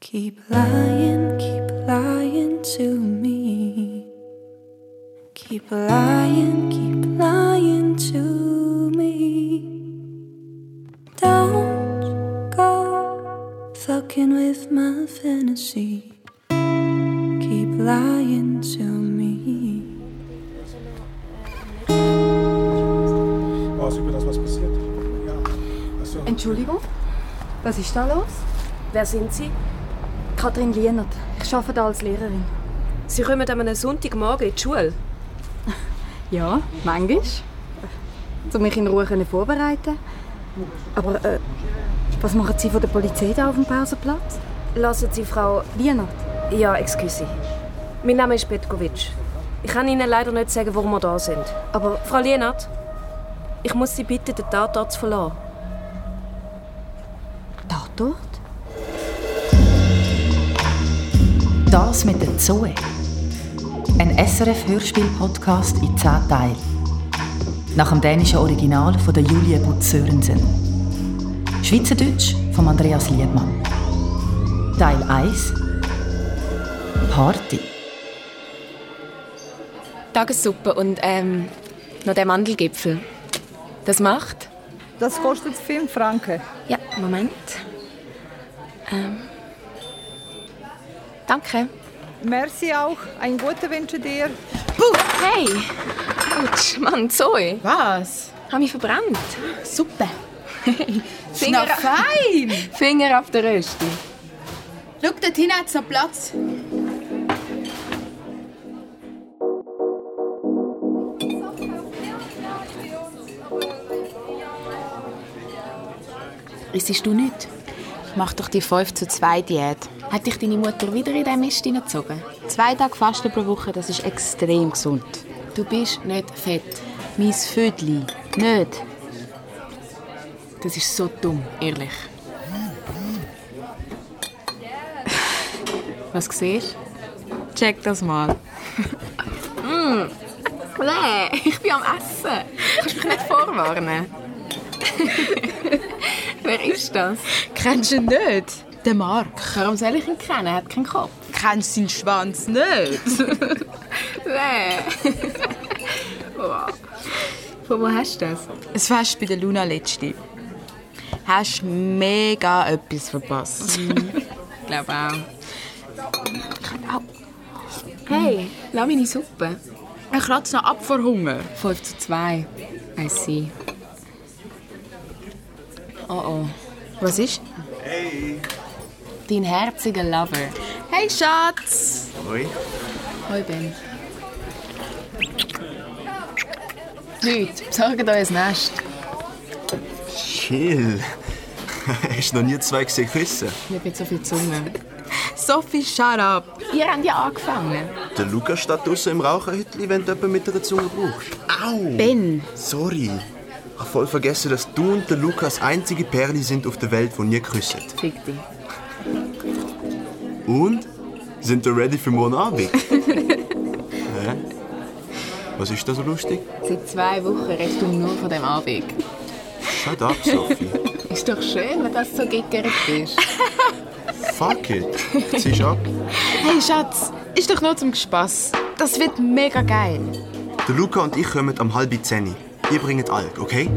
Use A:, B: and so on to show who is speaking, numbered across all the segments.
A: Keep lying, keep lying to me. Keep lying, keep lying to me. Don't go fucking with my fantasy. Keep lying to me.
B: Aus über das, was passiert. Ja. Achso.
C: Entschuldigung, was ist da los?
D: Wer sind Sie?
C: Kathrin Lienert, ich arbeite als Lehrerin.
D: Sie kommen an einem Sonntagmorgen in die Schule.
C: Ja, manchmal. Um mich in Ruhe können vorbereiten. Aber äh, was machen Sie von der Polizei da auf dem Pausenplatz?
D: Lassen Sie Frau...
C: Lienert,
D: Ja, excuse. Mein Name ist Petkovic. Ich kann Ihnen leider nicht sagen, warum wir da sind.
C: aber
D: Frau Lienert, ich muss Sie bitten, den Tatort zu verlassen.
C: Tatort?
E: Das mit der Zoe. Ein SRF-Hörspiel-Podcast in 10 Teilen. Nach dem dänischen Original von der Julie Butz Sörensen. Schweizerdeutsch von Andreas Liebmann. Teil 1 Party.
F: Tagessuppe und ähm, noch der Mandelgipfel. Das macht?
G: Das kostet 5 Franken.
F: Ja, Moment. Ähm, danke.
G: Merci auch. Ein guter Wünsche dir.
F: Puh, hey! Autsch, Mann, Zoe,
H: Was?
F: hab mich verbrannt.
H: Suppe?
F: Finger,
H: Na fein!
F: Finger auf der Rösti.
H: Schau, dort hinten hat noch Platz.
F: Isst du nicht?
H: Mach doch die 5 zu 2 Diät.
F: Hat dich deine Mutter wieder in diesen Mist hineingezogen?
H: Zwei Tage Fasten pro Woche, das ist extrem gesund.
F: Du bist nicht fett.
H: Mein Vödli. Nicht.
F: Das ist so dumm, ehrlich. Was siehst
H: Check das mal.
F: du? Nee, ich bin am Essen. Kannst mich nicht vorwarnen. Wer ist das?
H: Kennst du ihn nicht? Der Mark.
F: Warum soll ich ihn kennen? Er hat keinen Kopf.
H: Kennst seinen Schwanz nicht?
F: Nee. wow. Von wo hast du das?
H: Es Fest bei der Luna letzte. Hast mega etwas verpasst.
F: Ich glaube auch. Hey, lass meine Suppe.
H: Ich kratze noch ab vor Hunger.
F: 5 zu 2. I see. Oh oh.
H: Was ist?
F: Dein herziger Lover.
H: Hey Schatz!
F: Hoi Ben. Leute, besorgt euch ein Nest.
I: Chill. Hast du noch nie zwei gesehen küssen?
F: Mir bin so viel Zunge.
H: Sophie, shut up!
F: Ihr habt ja angefangen.
I: Der Lukas steht draussen im Raucherhütli, wenn du jemanden mit einer Zunge brauchst. Au!
H: Ben,
I: Sorry. Ich habe voll vergessen, dass du und der Lukas einzige Perli sind auf der Welt, die nie küssen.
F: Fick dich.
I: Und? Sind wir ready für morgen Abend? Hä? Was ist da so lustig?
F: Seit zwei Wochen redest du nur von dem Abend.
I: Shut up, Sophie.
F: Ist doch schön, wenn das so gegeben ist.
I: Fuck it. Ziehst ab.
H: hey Schatz, ist doch nur zum Spaß. Das wird mega geil.
I: Der Luca und ich kommen am halben Zehni. Ihr bringt Alk, okay?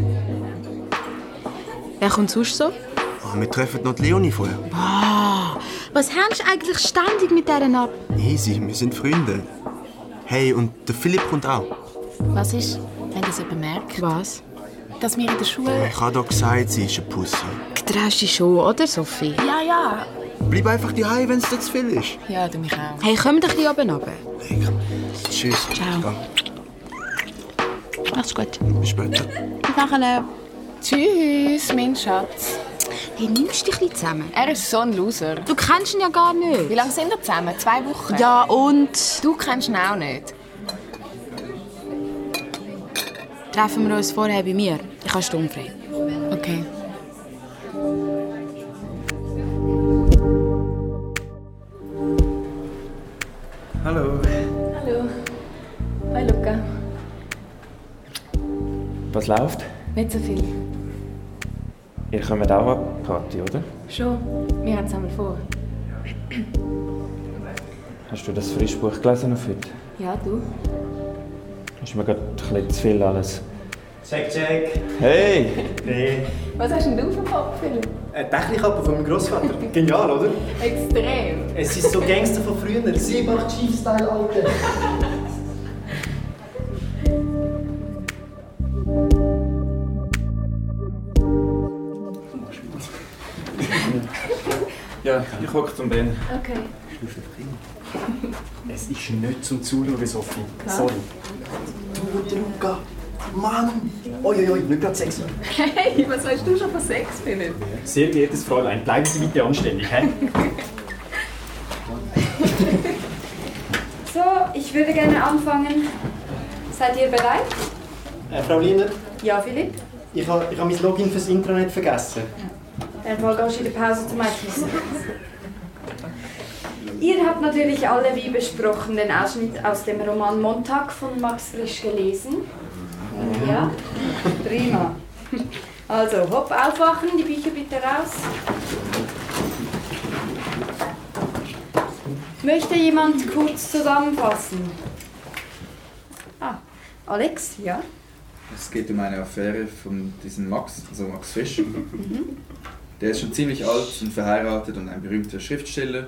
H: Wer kommt sonst so?
I: Ah, wir treffen noch die Leonie vorher.
H: Was hast du eigentlich ständig mit denen ab?
I: Easy, wir sind Freunde. Hey, und der Philipp kommt auch.
F: Was ist, wenn das jemand merkt,
H: Was?
F: dass wir in der Schule...
I: Ich habe doch gesagt, sie ist eine Pussy.
H: Drehst du schon, oder Sophie?
F: Ja, ja.
I: Bleib einfach daheim, wenn es dir zu viel ist.
F: Ja, du mich auch.
H: Hey, komm doch hier oben runter.
I: Tschüss.
H: Ciao.
I: Geh.
H: Mach's gut.
I: Bis später.
H: Und nachher...
F: Tschüss, mein Schatz.
H: Hey, nimmst dich nicht zusammen.
F: Er ist so ein Loser.
H: Du kennst ihn ja gar nicht.
F: Wie lange sind wir zusammen? Zwei Wochen?
H: Ja, und?
F: Du kennst ihn auch nicht.
H: Treffen wir uns vorher bei mir. Ich habe sturmfrei.
F: Okay.
J: Hallo.
F: Hi, Luca.
J: Was läuft?
F: Nicht so viel.
J: Ihr kommt auch an die Party, oder?
F: Schon. Wir haben es einmal vor.
K: Hast du das frische Buch gelesen auf heute?
D: Ja, du?
K: Das ist mir gerade ein bisschen zu viel alles.
I: Check, check.
K: Hey!
I: Hey.
D: Was hast denn du für Kopf, Philipp?
I: Eine Technikappe von meinem Großvater. Genial, oder?
D: Extrem.
I: Es ist so Gangster von früher. Sie macht Chief-Style, Alter.
K: Ja, ich hocke zum Ben.
D: Okay.
I: Es ist nicht zum Zuschauen, Sophie.
D: Klar.
I: Sorry. Du, Luca. Mann. Uiuiui, nicht gerade Sex.
D: Hey, was weißt du schon von Sex, Philipp?
I: Sehr geehrtes Fräulein, bleiben Sie bitte anständig, hä?
F: So, ich würde gerne anfangen. Seid ihr bereit?
I: Äh, Frau Liener,
F: Ja, Philipp?
I: ich habe ich ha mein Login fürs Intranet vergessen.
F: Dann gehst du in der Pause zum Einschliessen. Ihr habt natürlich alle wie besprochen den Ausschnitt aus dem Roman Montag von Max Frisch gelesen.
I: Mhm.
F: Ja? Prima. Also, hopp, aufwachen, die Bücher bitte raus. Möchte jemand kurz zusammenfassen? Ah, Alex, ja?
E: Es geht um eine Affäre von diesem Max, also Max Frisch. Der ist schon ziemlich alt und verheiratet und ein berühmter Schriftsteller.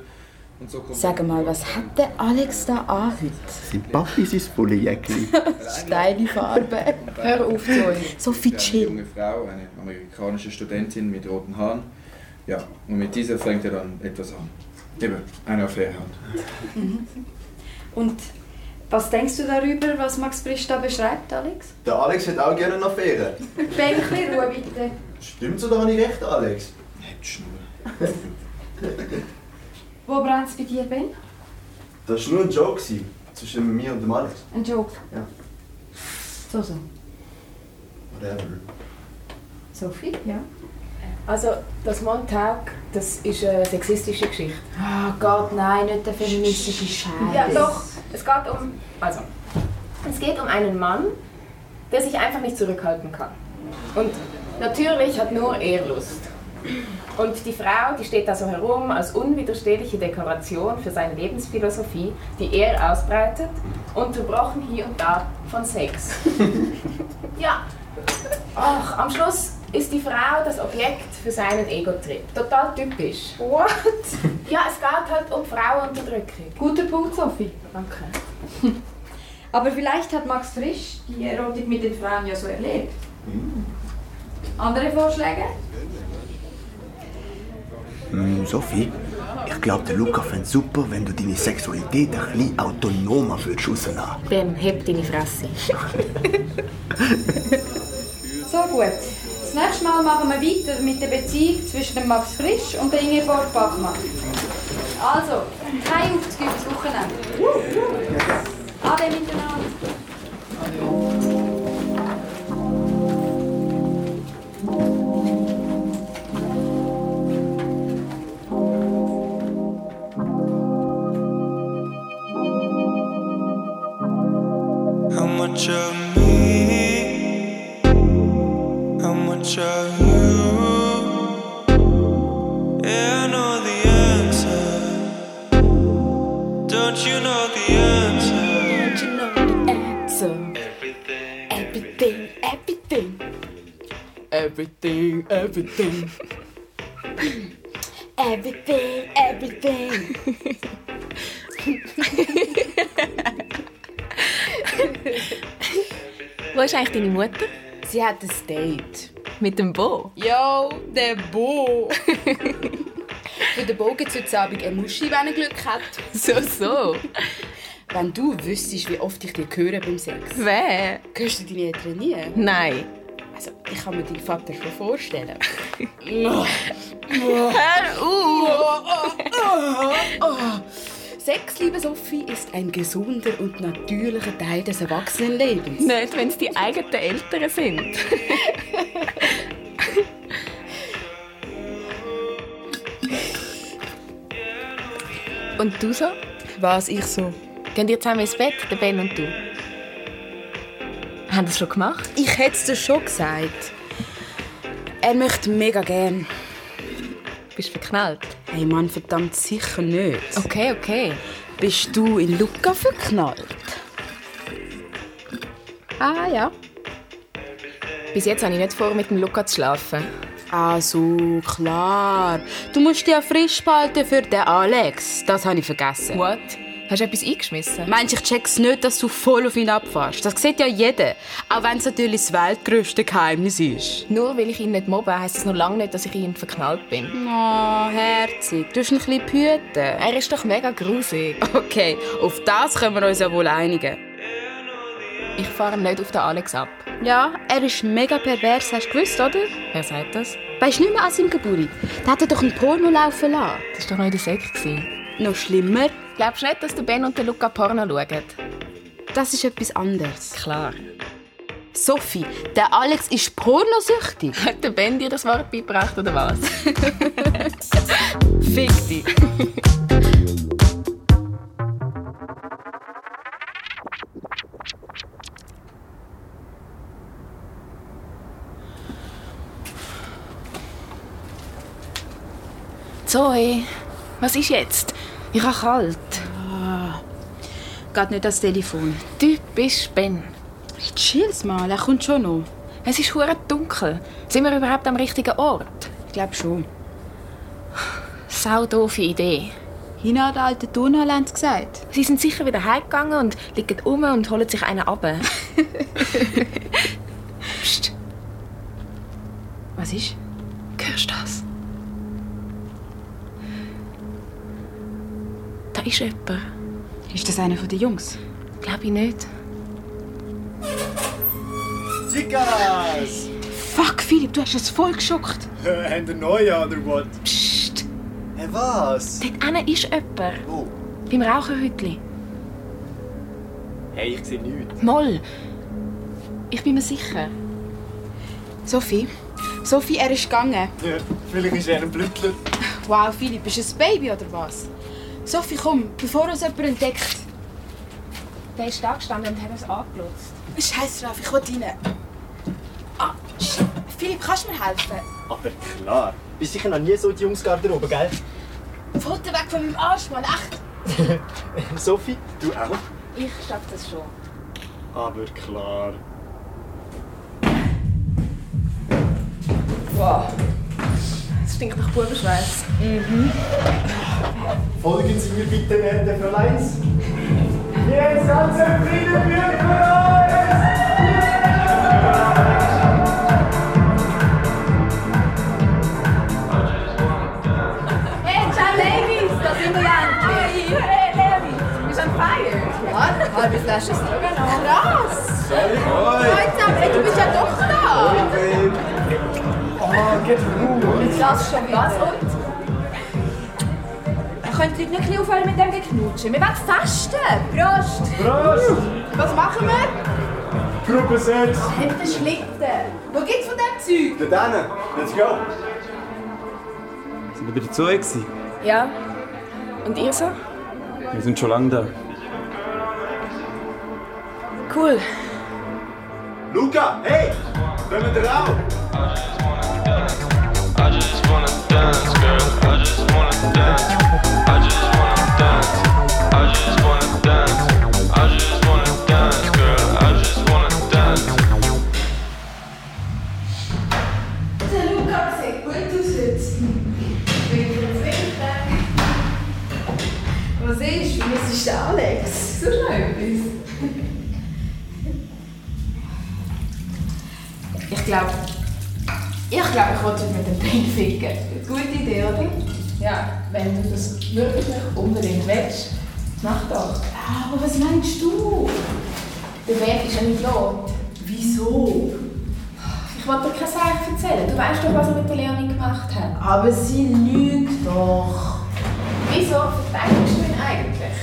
E: Und so kommt
L: Sag mal, was hat der Alex da an heute?
E: Sein Papi ist sein Bulli-Jäckli.
L: Steine Farbe. Hör auf zu uns. Sophie,
E: Eine
L: chill.
E: junge Frau, eine amerikanische Studentin mit roten Haaren. Ja, und mit dieser fängt er dann etwas an. Eben, eine Affäre hat.
F: Mhm. Und was denkst du darüber, was Max Frisch da beschreibt, Alex?
M: Der Alex hat auch gerne eine Affäre.
F: Bänkli, Ruhe bitte.
M: Stimmt's oder habe ich recht, Alex?
F: Wo brennt's bei dir, Ben?
M: Das war nur ein Joke gewesen, zwischen mir und dem Alex.
F: Ein Joke.
M: Ja.
F: So, so.
M: Whatever.
F: Sophie, ja?
D: Also, das Montag, das ist eine sexistische Geschichte.
L: Ah Gott, nein, nicht der feministische Scheiß.
D: Ja, doch. Es geht um. Also. Es geht um einen Mann, der sich einfach nicht zurückhalten kann. Und natürlich hat nur er Lust. Und die Frau, die steht da so herum als unwiderstehliche Dekoration für seine Lebensphilosophie, die er ausbreitet, unterbrochen hier und da von Sex. ja. Ach, am Schluss ist die Frau das Objekt für seinen Ego-Trip. Total typisch. What? Ja, es geht halt um Frauenunterdrückung.
F: Guter Punkt, Sophie.
D: Danke.
F: Aber vielleicht hat Max Frisch die Erotik mit den Frauen ja so erlebt. Andere Vorschläge?
N: Hm, Sophie, ich glaube, der Luca fände es super, wenn du deine Sexualität ein bisschen autonomer würdest rauslassen.
D: Ben, heb deine Fresse.
F: So gut. Das nächste Mal machen wir weiter mit der Beziehung zwischen dem Max Frisch und der Ingeborg Bachmann. Also, kein Aufzug übers Wochenende. Ade miteinander.
O: How much of me? How much of you? Yeah, I know the answer. Don't you know the answer? Don't you know the answer? Everything, everything, everything,
P: Everything, everything.
O: everything, everything.
D: Wo ist eigentlich deine Mutter? Sie hat ein Date. Mit dem Bo?
P: Yo, der Bo! Für den Bo gibt es heute Abend eine Muschi, wenn er Glück hat.
D: So, so.
P: Wenn du wüsstest, wie oft ich dich höre beim Sex.
D: Wer?
P: Hörst du deine Eltern nie?
D: Nein.
P: Also, ich kann mir deinen Vater schon vorstellen.
D: Hör
P: auf! Sex, liebe Sophie, ist ein gesunder und natürlicher Teil des Erwachsenenlebens.
D: Nicht, wenn es die eigenen Eltern sind. Und du so?
P: Was ich so?
D: Gehen ihr zusammen ins Bett, der Ben und du? Haben das schon gemacht?
P: Ich hätte es dir schon gesagt. Er möchte mega gern.
D: Bist du verknallt?
L: Hey Mann, verdammt sicher nicht.
Q: Okay, okay.
L: Bist du in Luca verknallt?
Q: Ah ja.
F: Bis jetzt habe ich nicht vor, mit dem Luca zu schlafen.
L: Ah so, klar. Du musst dich ja frisch behalten für den Alex. Das habe ich vergessen.
F: What? Hast du etwas eingeschmissen?
L: Meinst du, ich check's nicht, dass du voll auf ihn abfährst? Das sieht ja jeder. Auch wenn es natürlich das weltgrößte Geheimnis ist.
F: Nur weil ich ihn nicht mobbe, heisst das noch lange nicht, dass ich in ihn verknallt bin.
L: Oh, herzig. Du bist ein bisschen Püte.
F: Er ist doch mega grusig.
L: Okay, auf das können wir uns ja wohl einigen.
F: Ich fahre nicht auf den Alex ab.
L: Ja, er ist mega pervers, hast du gewusst, oder?
F: Wer sagt das?
L: Weißt du nicht mehr an seinem Geburtstag? Der hat doch einen Porno laufen lassen.
F: Das war doch noch in der Sekte.
L: Noch schlimmer.
F: Glaubst du nicht, dass der Ben und der Luca Porno schauen?
L: Das ist etwas anderes.
F: Klar.
L: Sophie, der Alex ist pornosüchtig.
F: Hat der Ben dir das Wort beigebracht, oder was?
L: Fick dich.
F: Zoe, was ist jetzt? Ich habe kalt.
L: Ah, geht nicht ans Telefon.
F: Typisch Ben.
L: Chill's mal, er kommt schon noch.
F: Es ist hure dunkel. Sind wir überhaupt am richtigen Ort?
L: Ich glaube schon.
F: Sau doofe Idee.
L: Hina hat alte Tunnel haben sie gesagt.
F: Sie sind sicher wieder heimgegangen und liegen um und holen sich einen ab. Psst. Was ist? Hörst du das? Da ist jemand.
L: Ist das einer der Jungs?
F: Glaube ich nicht.
I: Chicas!
L: Fuck, Philipp, du hast es voll geschockt.
I: Haben ihr neue oder what?
F: Psst!
I: Hey, was?
F: Dort hinten ist jemand.
I: Wo?
F: Beim Raucherhütli.
I: Hey, ich sehe nichts.
F: Moll! Ich bin mir sicher.
L: Sophie? Sophie, er ist gegangen.
I: Ja, vielleicht ist er ein Blütler.
L: Wow, Philipp, ist es ein Baby oder was? Sophie, komm, bevor uns jemand entdeckt.
F: Der ist da gestanden und hat uns angelotzt.
L: Scheiß drauf, ich will rein. Ah, shit. Philipp, kannst du mir helfen?
I: Aber klar. Bist sicher noch nie so die Jungsgarde oben, gell?
L: Foto weg von meinem Arsch, Mann, echt.
I: Sophie, du auch?
F: Ich schaff das schon.
I: Aber klar.
F: Wow. Das stinkt nach Bubenschweiß. Mhm.
I: Folgen Sie mir bitte während der Verleihs. Jetzt ganz ein Frieden für uns!
R: Hey, ciao Ladies, da sind wir endlich! Hey, Larry, wir sind fire! Was? Halbe Flasche ist drüber noch. Krass!
I: Sorry, boy!
R: Leute, du bist ja doch da!
I: Sorry, babe! Oh, geht ruhig!
R: Das schon wieder. Was und? können die Leute nicht ein bisschen aufhören mit dem Geknutschen. Wir wollen festen. Prost!
I: Prost!
R: Was machen wir?
I: Gruppe 6.
R: Hinter den Schlitten. Wo gibt's von dem
I: Zeug? Da hinten. Let's go. Sind wir wieder zu euch?
F: Ja. Und ihr so?
E: Wir sind schon lange da.
F: Cool.
I: Luca, hey! Kommen wir auch? I just wanna dance, girl. I just wanna dance.
R: Was ist? Was ist der Alex?
Q: So etwas.
R: Ich glaube, ich glaube, ich wollte mit dem Bein ficken. Gute Idee, oder?
Q: Ja, wenn du das wirklich nicht unbedingt willst, mach das.
R: Ah, Aber was meinst du?
Q: Der Ben ist ein Idiot.
R: Wieso?
Q: Ich wollte dir kein Sache erzählen. Du weißt doch, was er mit der Leonie gemacht hat.
R: Aber sie lügt doch.
Q: Wieso verteidigst du ihn eigentlich?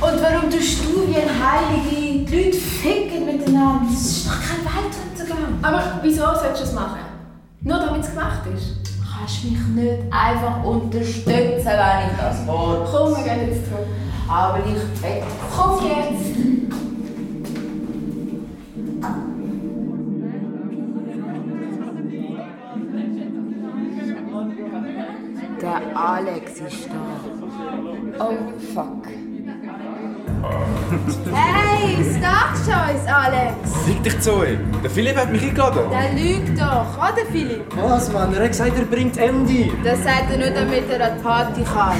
R: Und warum tust du wie ein Heilige die Leute ficken miteinander? Das ist doch kein Weltuntergang.
Q: Aber wieso sollst du es machen? Nur damit es gemacht ist?
R: Kannst mich nicht einfach unterstützen, wenn ich das will.
Q: Komm, wir gehen jetzt zurück.
R: Aber ich will.
Q: Komm jetzt!
L: Der Alex.
S: ist da. Oh, fuck.
L: Hey, sagst du uns, Alex?
T: Fick dich, Zoe! Der Philipp hat mich eingeladen!
L: Der lügt doch, oder Philipp?
U: Was, Mann? Er hat gesagt, er bringt Andy.
L: Das sagt er nur, damit er an die Party kann.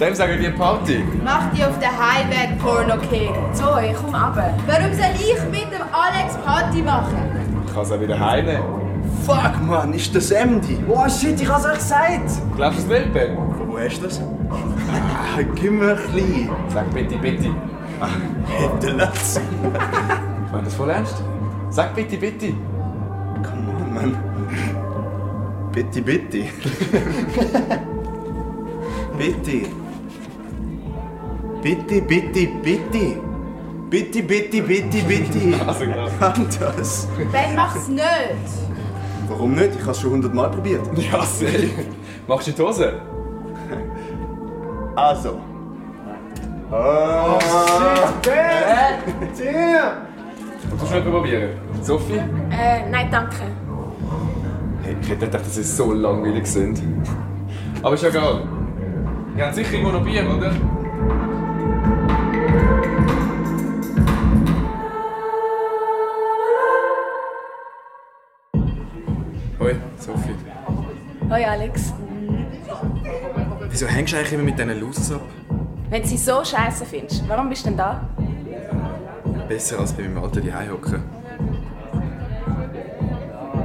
T: Dem sagen wir Party.
L: Mach dich auf den Highway Porno King.
D: Zoe, komm runter.
L: Warum soll ich mit dem Alex Party machen?
T: Ich kann es auch wieder heimnehmen.
I: Fuck, Mann, ist das Andy?
U: Oh shit, ich hab's euch gesagt.
T: Glaubst du es nicht, Ben?
I: Wo hast du das? Ah, gib mir ein bisschen.
T: Sag bitte, bitte.
I: Hätte lassen.
T: War das voll ernst? Sag bitte, bitte.
I: Come on, Mann. Bitte, bitte. bitte. Bitte, bitte, bitte. Bitte, bitte, bitte, bitte.
T: Also, genau.
I: Anders.
L: Ben, mach's nicht.
I: Warum nicht? Ich habe es schon hundertmal probiert.
T: Ja, safe. Machst du die Hose?
I: Also.
T: Oh,
V: shit, Ben! Damn!
T: Kannst du schon probieren? Sophie?
D: Äh, nein, danke.
T: Hey, ich hätte gedacht, dass sie so langweilig sind. Aber ist ja egal. Ihr habt sicher irgendwo noch Bier, oder? Hoi, Sophie.
D: Hoi, Alex.
T: Wieso hängst du eigentlich immer mit diesen Losers ab?
D: Wenn du sie so scheiße findest, warum bist du denn da?
T: Besser als bei meinem Alter die hocken.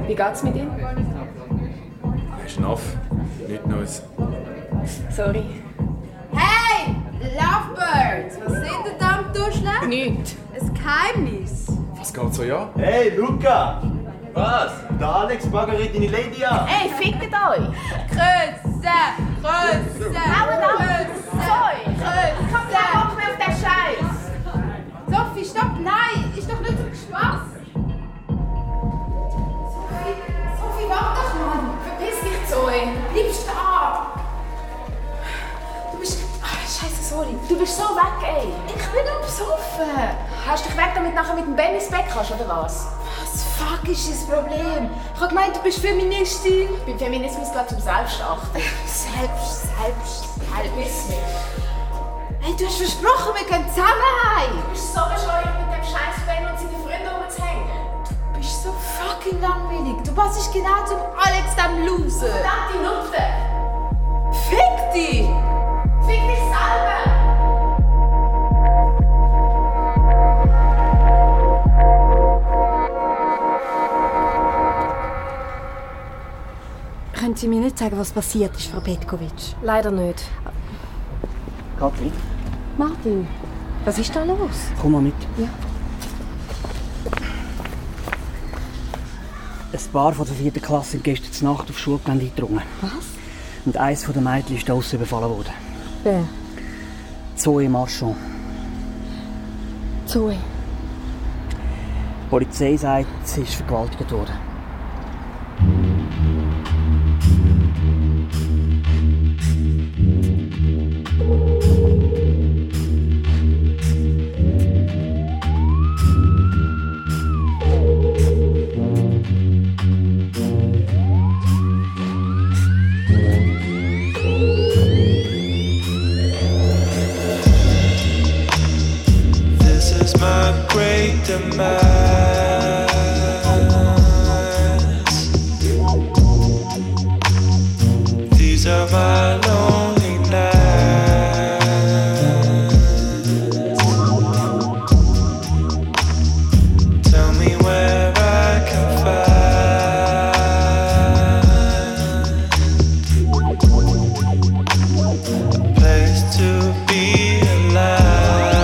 D: Wie geht's mit ihm?
T: Hast du einen Aff? Nichts Neues.
D: Sorry.
L: Hey, Lovebirds, was sind denn da am Duschen?
D: Nicht.
L: Ein Geheimnis.
T: Was geht so ja?
U: Hey, Luca! Was? Der Alex baggert deine Lady an.
D: Hey, fickt euch!
L: Küsse, Küsse,
D: Hauen ab! Zoe!
L: Küsse.
D: Ich hab keinen Bock mehr auf den Scheiß!
L: Sophie, stopp, nein, ist doch nicht zum Spaß. Sophie, Sophie, warte doch, Mann.
D: Verpiss dich, Zoe!
L: Bleib stehen.
D: Du bist. Ah, Scheiße, sorry. Du bist so weg, ey!
L: Ich bin am Besoffen.
D: Hast dich weg, damit du nachher mit dem Ben ins Bett kannst, oder was?
L: Was fuck ist das Problem? Ich hab gemeint, du bist Feministin.
D: Beim Feminismus geht es um Selbstacht.
L: Selbst, selbst,
D: Verpiss
L: selbst.
D: mich.
L: Hey, du hast versprochen, wir gehen zusammen heim.
D: Du bist so bescheuert, mit dem scheiß Ben und seinen Freunden rumzuhängen.
L: Du bist so fucking langweilig. Du passt genau zum Alex, dem Loser.
D: Verdammte Nutte!
L: Fick dich!
D: Fick dich selber!
W: Können Sie mir nicht sagen, was passiert ist, Frau Petkovic?
D: Leider nicht.
U: Katrin,
W: Martin, was ist da los?
U: komm mal mit.
W: Ja.
X: Ein paar von der vierten Klasse sind gestern zur Nacht auf die Schulgelände eingedrungen.
W: Was?
X: Und eins von den Mädchen ist draussen überfallen worden.
W: Wer?
X: Zoe Marchand.
W: Zoe.
X: Die Polizei sagt, sie ist vergewaltigt worden.
E: This is my great demise. These are my lonely nights. Tell me where I can find a place to be alive.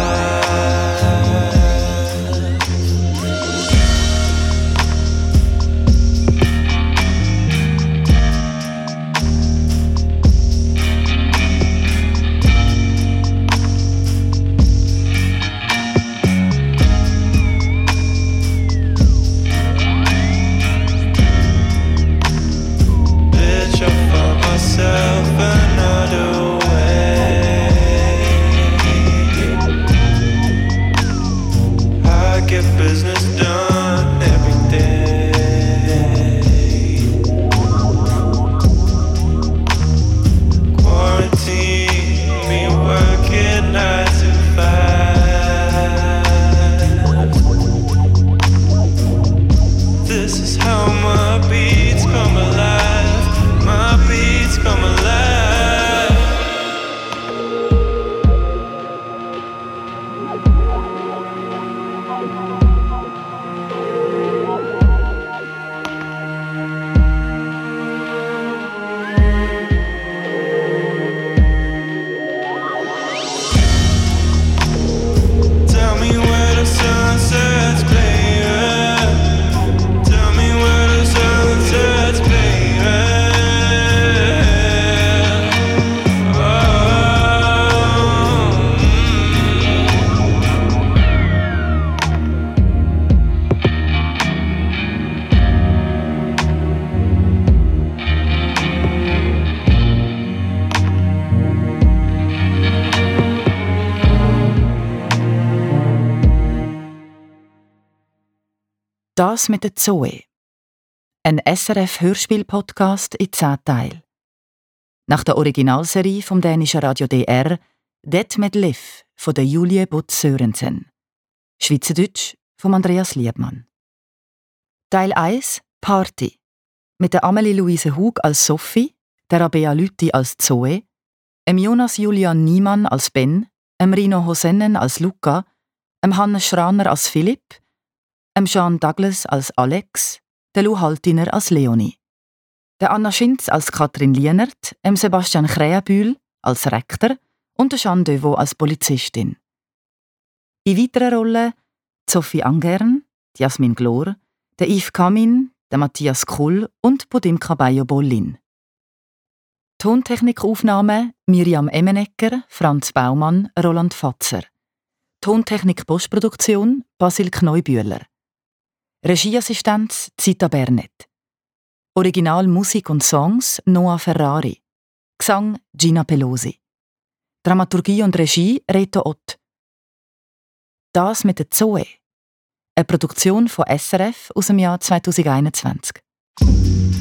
E: Das mit der Zoe. Ein SRF-Hörspiel-Podcast in 10 Teilen. Nach der Originalserie vom dänischen Radio DR «Det med Liv» von der Julie Butz Sörensen. Schweizerdeutsch von Andreas Liebmann. Teil 1 «Party» mit der Amelie Louise Hug als Sophie, der Rabea Lüthi als Zoe, dem Jonas Julian Niemann als Ben, dem Rino Hosennen als Luca, dem Hannes Schraner als Philipp, dem Jean Ähm, Douglas als Alex, der Lou Haltiner als Leonie, der Anna Schinz als Katrin Lienert, dem Sebastian Krähenbühl als Rektor und der Jean Devo als Polizistin. In weiteren Rollen die Sophie Angern, die Jasmin Glor, der Yves Kamin, der Matthias Kull und Podimka Bayo-Bollin. Tontechnikaufnahmen Miriam Emenecker, Franz Baumann, Roland Fatzer. Tontechnik Postproduktion Basil Kneubühler. Regieassistenz Zita Bernet. Original Musik und Songs Noah Ferrari. Gesang Gina Pelosi. Dramaturgie und Regie Reto Ott. Das mit der Zoe. Eine Produktion von SRF aus dem Jahr 2021.